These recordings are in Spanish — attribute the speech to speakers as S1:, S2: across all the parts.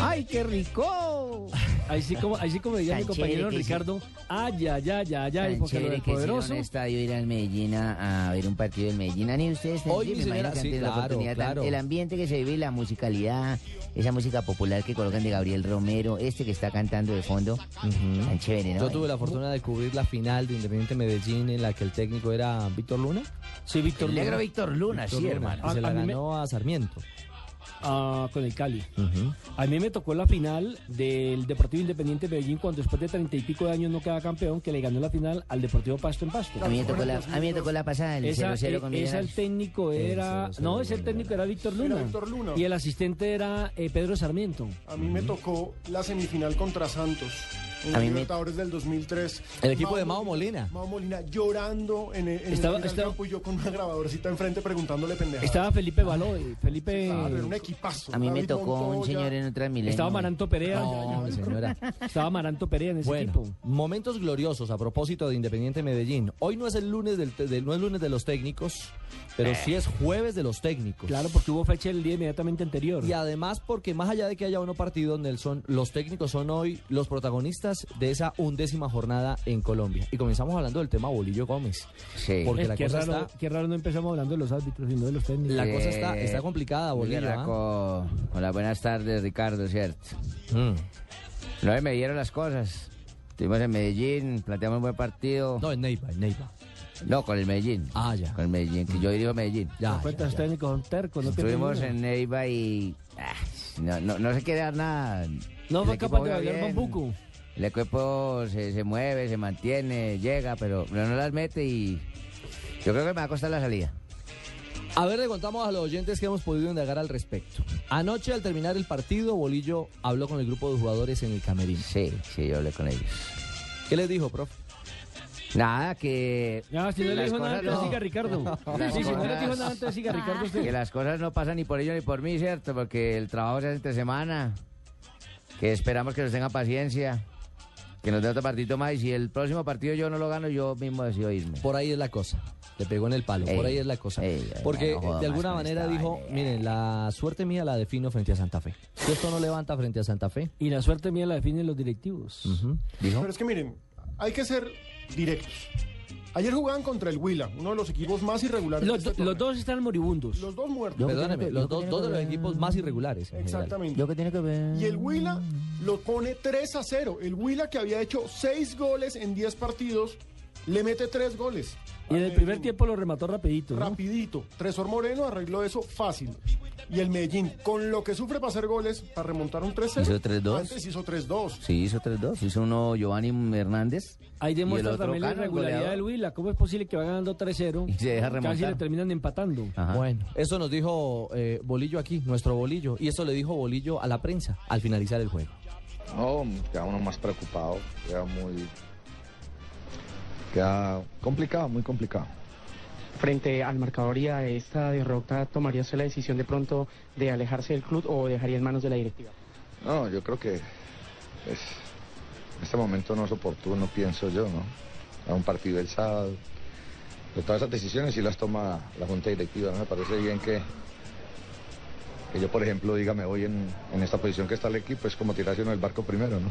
S1: ¡Ay, qué rico!
S2: Ahí sí como, ahí sí como diría
S1: Tan
S2: mi compañero
S1: chévere que sí.
S2: Ricardo, ay, ay, ay, ay, ay, porque
S1: Tan
S2: lo
S1: chévere
S2: del
S1: que es ir a
S2: poderoso.
S1: un estadio, ir al Medellín a, a ver un partido del Medellín. ¿Han ido ustedes?
S3: Hoy,
S1: Sí,
S3: mi
S1: me imagino
S3: señora,
S1: que han
S3: sí,
S1: tenido la
S3: claro,
S1: oportunidad. Tan-
S3: claro.
S1: El ambiente que se vive, la musicalidad, esa música popular que colocan de Gabriel Romero, este que está cantando de fondo. Tan chévere, ¿no?
S3: Mm. Yo tuve la fortuna de cubrir la final de Independiente Medellín en la que el técnico era Víctor Luna.
S2: Sí, Víctor
S1: El negro
S2: Luna.
S1: Víctor Luna,
S3: Víctor
S1: sí,
S3: Luna,
S1: hermano.
S3: y
S2: A-
S3: se
S2: a
S3: la
S2: mí me-
S3: ganó a Sarmiento.
S2: Ah, con el Cali. A mí me tocó la final del Deportivo Independiente Medellín cuando después de treinta y pico de años no queda campeón, que le ganó la final al Deportivo Pasto en Pasto.
S1: A mí me tocó la, a mí me tocó la pasada, el
S2: Esa,
S3: e
S1: 0-0 con
S2: eh, esa el
S1: Millonarios.
S2: técnico era,
S3: El 0-0
S2: no, ese el técnico era Víctor Luna,
S4: Era Víctor Luna.
S2: y el asistente era eh, Pedro Sarmiento.
S4: A mí me tocó la semifinal contra Santos. En
S1: A mí me-
S4: Libertadores del 2003.
S3: El equipo de Mao Molina.
S4: Mao Molina llorando en el, en el
S2: Estaba-
S4: medio del
S2: estaba-
S4: campo y yo con una grabadorcita enfrente preguntándole pendejadas.
S2: Estaba eh, Felipe Baloy, Felipe,
S4: Claro, era un equipazo.
S1: A mí me
S4: David
S1: tocó un
S4: Montoya,
S1: señor en otra milenio.
S2: estaba Maranto Perea,
S3: No, señora.
S2: estaba Maranto Perea en ese
S3: Bueno,
S2: equipo.
S3: momentos gloriosos a propósito de Independiente Medellín. Hoy no es el lunes del, te- de- no es lunes de los técnicos, pero sí es jueves de los técnicos.
S2: Claro, porque hubo fecha el día inmediatamente anterior.
S3: Y además porque más allá de que haya uno partido, Nelson, los técnicos son hoy los protagonistas de esa undécima jornada en Colombia. Y comenzamos hablando del tema Bolillo Gómez.
S1: Sí.
S3: Porque
S2: Es
S3: la
S2: que
S3: cosa
S2: raro,
S3: está-
S2: qué raro no empezamos hablando de los árbitros, sino de los técnicos.
S3: La
S1: Sí.
S3: cosa está, está complicada,
S1: Luis
S3: Bolillo. ¿ah?
S1: Berraco, Hola, buenas tardes, Ricardo, ¿cierto?
S3: Mm.
S1: No me dieron las cosas. Estuvimos en Medellín, planteamos un buen partido.
S3: No, en Neiva, en Neiva.
S1: No, con el Medellín.
S3: Ah, ya.
S1: Con el Medellín, que yo dirijo Medellín.
S3: Ya,
S2: Los cuentas
S3: ya, ya.
S2: técnicos son tercos, no tienen
S1: Estuvimos
S2: una.
S1: en Neiva y ah, no, no, no se quiere dar nada.
S2: No
S1: El
S2: fue
S1: equipo
S2: capaz de
S1: juega
S2: bailar
S1: bien,
S2: bambuco.
S1: El equipo se, se mueve, se mantiene, llega, pero pero no las mete y yo creo que me va a costar la salida.
S3: A ver, le contamos a los oyentes que hemos podido indagar al respecto. Anoche, al terminar el partido, Bolillo habló con el grupo de jugadores en el camerino.
S1: Sí, sí, yo hablé con ellos.
S3: ¿Qué les dijo, profe?
S1: Nada, que...
S2: Ya, si no le
S1: las
S2: dijo nada,
S1: cosas
S2: entonces
S1: no-
S2: siga Ricardo.
S1: Las
S2: Sí, si no le dijo
S1: cosas-
S2: nada, entonces siga Ricardo usted.
S1: Que las cosas no pasan ni por ellos ni por mí, ¿cierto? Porque el trabajo se hace entre semana. Que esperamos que nos tengan paciencia. Que nos dé otro partido más. Y si el próximo partido yo no lo gano, yo mismo decido irme.
S3: Por ahí es la cosa. Le pegó en el palo.
S1: Ey,
S3: por ahí es la cosa.
S1: ey, ey,
S3: Porque
S1: no joda
S3: de
S1: más
S3: alguna
S1: con
S3: manera
S1: esta
S3: dijo,
S1: vaina.
S3: miren, la suerte mía la defino frente a Santa Fe. Si esto no levanta frente a Santa Fe.
S2: Y la suerte mía la definen los directivos.
S1: ¿Dijo?
S4: Pero es que miren, hay que ser directos. Ayer jugaban contra el Huila, uno de los equipos más irregulares. de
S2: Los,
S4: este
S2: do- los
S4: torneo.
S2: dos están moribundos.
S4: Los dos muertos.
S1: Yo que
S3: Perdóneme,
S1: tiene que- yo
S3: los
S1: que
S3: dos,
S1: tiene
S3: dos
S1: que
S3: de los
S1: ver-
S3: equipamente más irregulares. en general.
S4: Exactamente.
S1: Lo que tiene que ver...
S4: Y el Huila lo pone 3 a 0. El Huila que había hecho 6 goles en 10 partidos, le mete 3 goles.
S2: Y en el
S4: Al
S2: primer
S4: Medellín.
S2: tiempo lo remató rapidito. ¿no?
S4: Rapidito. Tresor Moreno arregló eso fácil. Y el Medellín, con lo que sufre para hacer goles, para remontar un 3-0.
S1: Hizo 3-2.
S4: Antes hizo 3-2.
S1: Sí, hizo 3-2. Hizo uno Giovanni Hernández.
S2: Ahí
S1: Y
S2: demuestra
S1: el otro
S2: también la
S1: Cano, el
S2: irregularidad
S1: goleador.
S2: de Huila. ¿Cómo es posible que va ganando 3-0?
S1: Y se deja Ah.
S2: Casi
S1: remontar.
S2: le terminan empatando.
S1: Ajá.
S3: Bueno, eso nos dijo eh, Bolillo aquí, nuestro Bolillo. Y eso le dijo Bolillo a la prensa al finalizar el juego.
S5: No, queda uno más preocupado, queda muy... Queda complicado, muy complicado.
S6: frente al marcador y a esta derrota, ¿tomaría usted la decisión de pronto de alejarse del club o dejaría en manos de la directiva?
S5: No, yo creo que pues, en este momento no es oportuno, pienso yo, ¿no? A un partido el sábado. Pero todas esas decisiones sí las toma la Junta Directiva. No me parece bien que, que yo, por ejemplo, diga me voy en, en esta posición que está el equipo, es como tirarse uno del barco primero, ¿no?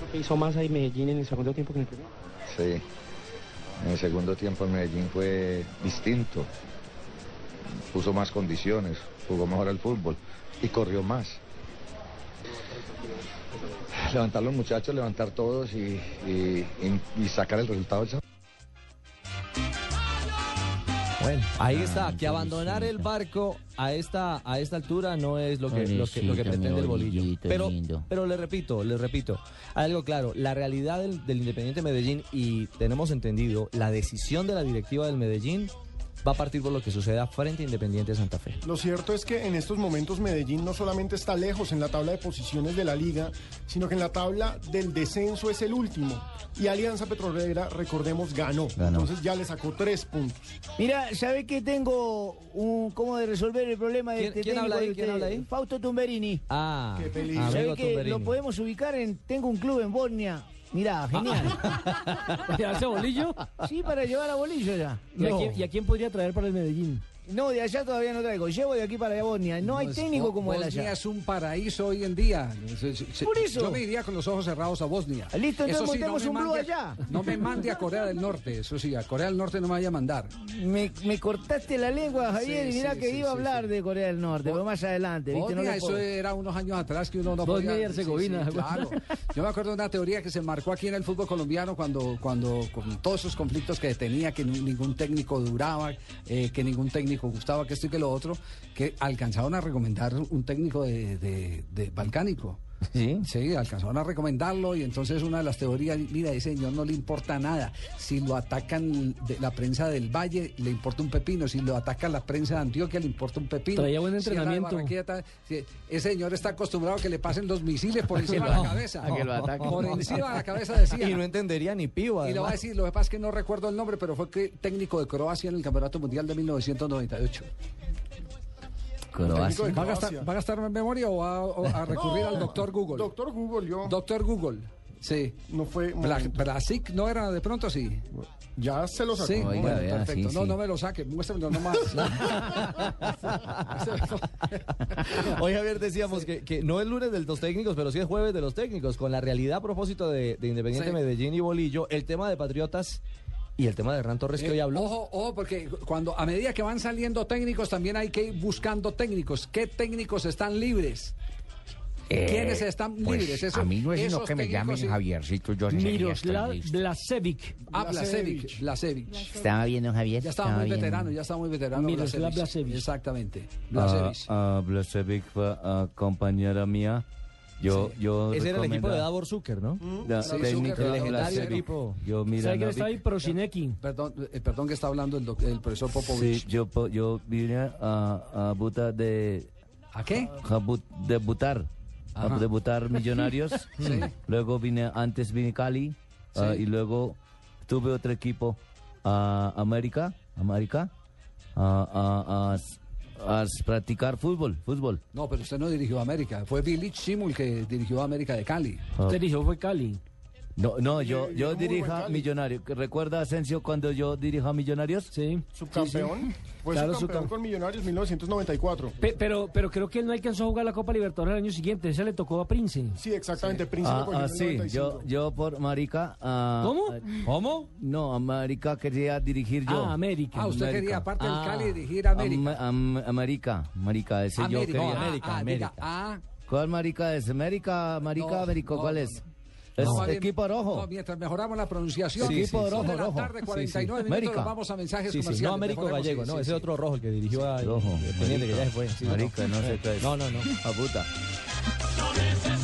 S6: Lo que hizo Massa y Medellín en el segundo tiempo que en el primero.
S5: Sí. En el segundo tiempo en Medellín fue distinto. Puso más condiciones, jugó mejor al fútbol y corrió más. Levantar los muchachos, levantar todos y, y- y- y sacar el resultado. del
S3: Bueno, ahí
S1: Ah,
S3: está, que
S1: pobrecito.
S3: abandonar el barco a esta, a esta altura no es lo que, lo que, lo que
S1: Pobrecito,
S3: pretende
S1: mi
S3: el bolillo.
S1: bolillito
S3: Pero,
S1: lindo.
S3: pero le repito, le repito, algo claro, la realidad del, del Independiente Medellín y tenemos entendido, la decisión de la directiva del Medellín va a partir por lo que suceda frente a Independiente Santa Fe.
S4: Lo cierto es que en estos momentos Medellín no solamente está lejos en la tabla de posiciones de la liga, sino que en la tabla del descenso es el último. Y Alianza Petrolera, recordemos, ganó.
S1: Ganó.
S4: Entonces ya le sacó 3 puntos.
S7: Mira, ¿sabe que tengo un cómo de resolver el problema de
S3: ¿Quién-
S7: este
S3: quién
S7: técnico
S3: habla ahí?
S7: de
S3: ¿Quién
S7: ustedes?
S3: habla ahí?
S7: Fausto Tumberini.
S3: Ah,
S4: Qué peligro.
S3: amigo
S7: ¿Sabe que lo
S3: Tumberini.
S7: podemos ubicar en tengo un club en Bosnia? Mira, genial.
S2: ¿Le hace bolillo?
S7: Sí, para llevar a bolillo ya.
S2: ¿Y, a quién, y a quién podría traer para el Medellín?
S7: No, de allá todavía no traigo. Llevo de aquí para allá Bosnia. No, hay
S8: es-
S7: técnico
S8: Bo-
S7: como el
S8: Bosnia
S7: allá.
S8: es un paraíso hoy en día. Se- se- se-
S7: Por eso.
S8: Yo me iría con los ojos cerrados a Bosnia.
S7: Listo, entonces
S8: Eso
S7: montemos
S8: me
S7: un blue
S8: mande-
S7: allá.
S8: No me mande a Corea del Norte, eso sí, a Corea del Norte no me vaya a mandar.
S7: Me, me cortaste la lengua, Javier,
S8: Sí,
S7: y mirá
S8: sí,
S7: que
S8: sí,
S7: iba a
S8: sí,
S7: hablar
S8: sí.
S7: de Corea del Norte, pero más adelante, ¿viste? No
S8: Bosnia,
S7: lo
S8: eso
S7: puedo.
S8: era unos años atrás que uno no
S2: Bosnia y
S8: podía...
S2: Herzegovina.
S8: claro. Yo me acuerdo de una teoría que se marcó aquí en el fútbol colombiano cuando, cuando con todos esos conflictos que tenía, que ni- ningún técnico duraba, eh, que ningún técnico gustaba, que esto y que lo otro, que alcanzaron a recomendar un técnico de, de- de balcánico.
S1: Sí.
S8: Sí, alcanzaron a recomendarlo y entonces una de las teorías, mira, ese señor no le importa nada. Si lo atacan de la prensa del Valle, le importa un pepino. Si lo ataca la prensa de Antioquia, le importa un pepino.
S2: Traía buen
S8: Si era de
S2: entrenamiento.
S8: Barranquilla, ta- si- ese señor está acostumbrado a que le pasen los misiles por encima de la cabeza.
S1: a que lo ataquen.
S8: Por encima de la cabeza decía.
S3: Y no entendería ni piba.
S8: Y le voy a
S3: además.
S8: decir, lo que pasa es que no recuerdo el nombre, pero fue que técnico de Croacia en el Campeonato Mundial de 1998.
S1: Croacia.
S8: ¿Va a gastar, va a gastar en memoria o va a, o a recurrir
S4: No,
S8: al doctor Google?
S4: Doctor Google, yo.
S8: Doctor Google. Sí.
S4: no fue.
S8: Bla-
S4: momento.
S8: Blasic no era de pronto sí.
S4: Ya se lo sacó.
S8: Sí,
S1: Oiga,
S8: bueno,
S1: vea,
S8: perfecto.
S1: sí,
S8: no,
S1: sí.
S8: no me lo saque, muéstremelo nomás.
S3: Hoy Javier decíamos que, que no es lunes de los técnicos, pero sí es jueves de los técnicos, con la realidad a propósito de, de Independiente
S8: Sí.
S3: Medellín y Bolillo, el tema de Patriotas y el tema de Hernán Torres que hoy habló.
S8: Eh, Ojo, ojo, porque cuando a medida que van saliendo técnicos, también hay que ir buscando técnicos. ¿Qué técnicos están libres?
S9: Eh,
S8: ¿Quiénes están
S9: pues,
S8: libres? Eso-
S9: a mí no es sino
S8: esos
S9: que me
S8: técnicos
S9: llamen
S8: sí.
S9: Javiercito, yo enseguida estoy
S2: Miroslav
S9: listo.
S2: Blasevic.
S8: Ah, Blasevich. Blasevich.
S1: Estaba viendo Javier.
S8: Ya estaba muy veterano, ya estaba muy veterano.
S2: Miroslav Blasevich.
S8: Exactamente. Blasevich.
S1: ah. Blasevic compañera mía. Yo, yo
S3: Ese era el equipo de Davor Zucker, ¿no?
S8: Sí, técnico Zucker, legendario
S3: legendario
S8: Blasevic.
S3: equipo.
S1: Yo
S2: ¿Sabe quién está ahí? Prosinecki.
S8: Perdón, eh, perdón que está hablando el, doc- el profesor Popovich.
S1: yo, yo vine a, a Buta de
S8: ¿A qué?
S1: a bu- debutar, a
S8: Ajá.
S1: debutar Millonarios. Mm.
S8: Sí.
S1: Luego vine, antes vine Cali ah,
S8: Sí.
S1: y luego tuve otro equipo, a América, América, a, a- a s- a s- practicar fútbol, fútbol.
S8: No, pero usted no dirigió a América. Fue Billy Chimul que dirigió a América de Cali.
S2: Usted dijo fue Cali.
S1: No, no, yo,
S4: y
S1: yo
S4: muy buen
S1: dirija
S4: Cali.
S1: Millonarios. ¿Recuerda Asensio cuando yo dirija Millonarios?
S2: Sí.
S4: Subcampeón. Fue
S2: Claro,
S4: subcampeón
S2: subcam-
S4: con Millonarios 1994.
S2: Pe- pero, pero creo que él no alcanzó a jugar la Copa Libertadores el año siguiente. Esa le tocó a Prince.
S4: Sí, exactamente. Príncipe
S1: Ah,
S4: cogió
S1: ah,
S4: el
S1: sí,
S4: 95.
S1: yo, yo por Marica. ah,
S2: ¿Cómo?
S1: ah,
S3: ¿Cómo?
S1: no, a Marica quería dirigir yo.
S2: Ah, América.
S8: Ah, usted
S1: América.
S8: quería, aparte
S3: Ah.
S8: del Cali, dirigir a América.
S1: Am- am- América, Marica, ese yo
S8: América,
S1: quería.
S8: ah,
S3: América,
S8: ah, diga,
S3: América.
S8: ah,
S1: ¿Cuál marica es? ¿América, marica,
S8: No,
S1: América?
S8: no,
S1: ¿Cuál
S8: no,
S1: es? Este, Es
S8: no, más bien,
S1: equipo
S8: no,
S1: rojo.
S8: mientras mejoramos la pronunciación.
S1: Sí, sí, Equipo sí,
S8: dos
S1: rojo,
S8: de la
S1: rojo. Sí,
S8: tarde,
S1: sí.
S8: 49 minutos,
S1: América.
S8: nos vamos a mensajes
S3: Sí, sí,
S8: comerciales.
S3: no Américo
S8: Mejoremos,
S3: Gallego,
S8: sí,
S3: no,
S8: sí,
S3: ese
S8: sí.
S3: otro rojo el que dirigió a
S1: rojo,
S3: Independiente, que ya se fue. sí,
S1: Marica, no sé qué es.
S3: No, no, no.
S1: A puta.
S10: Con ese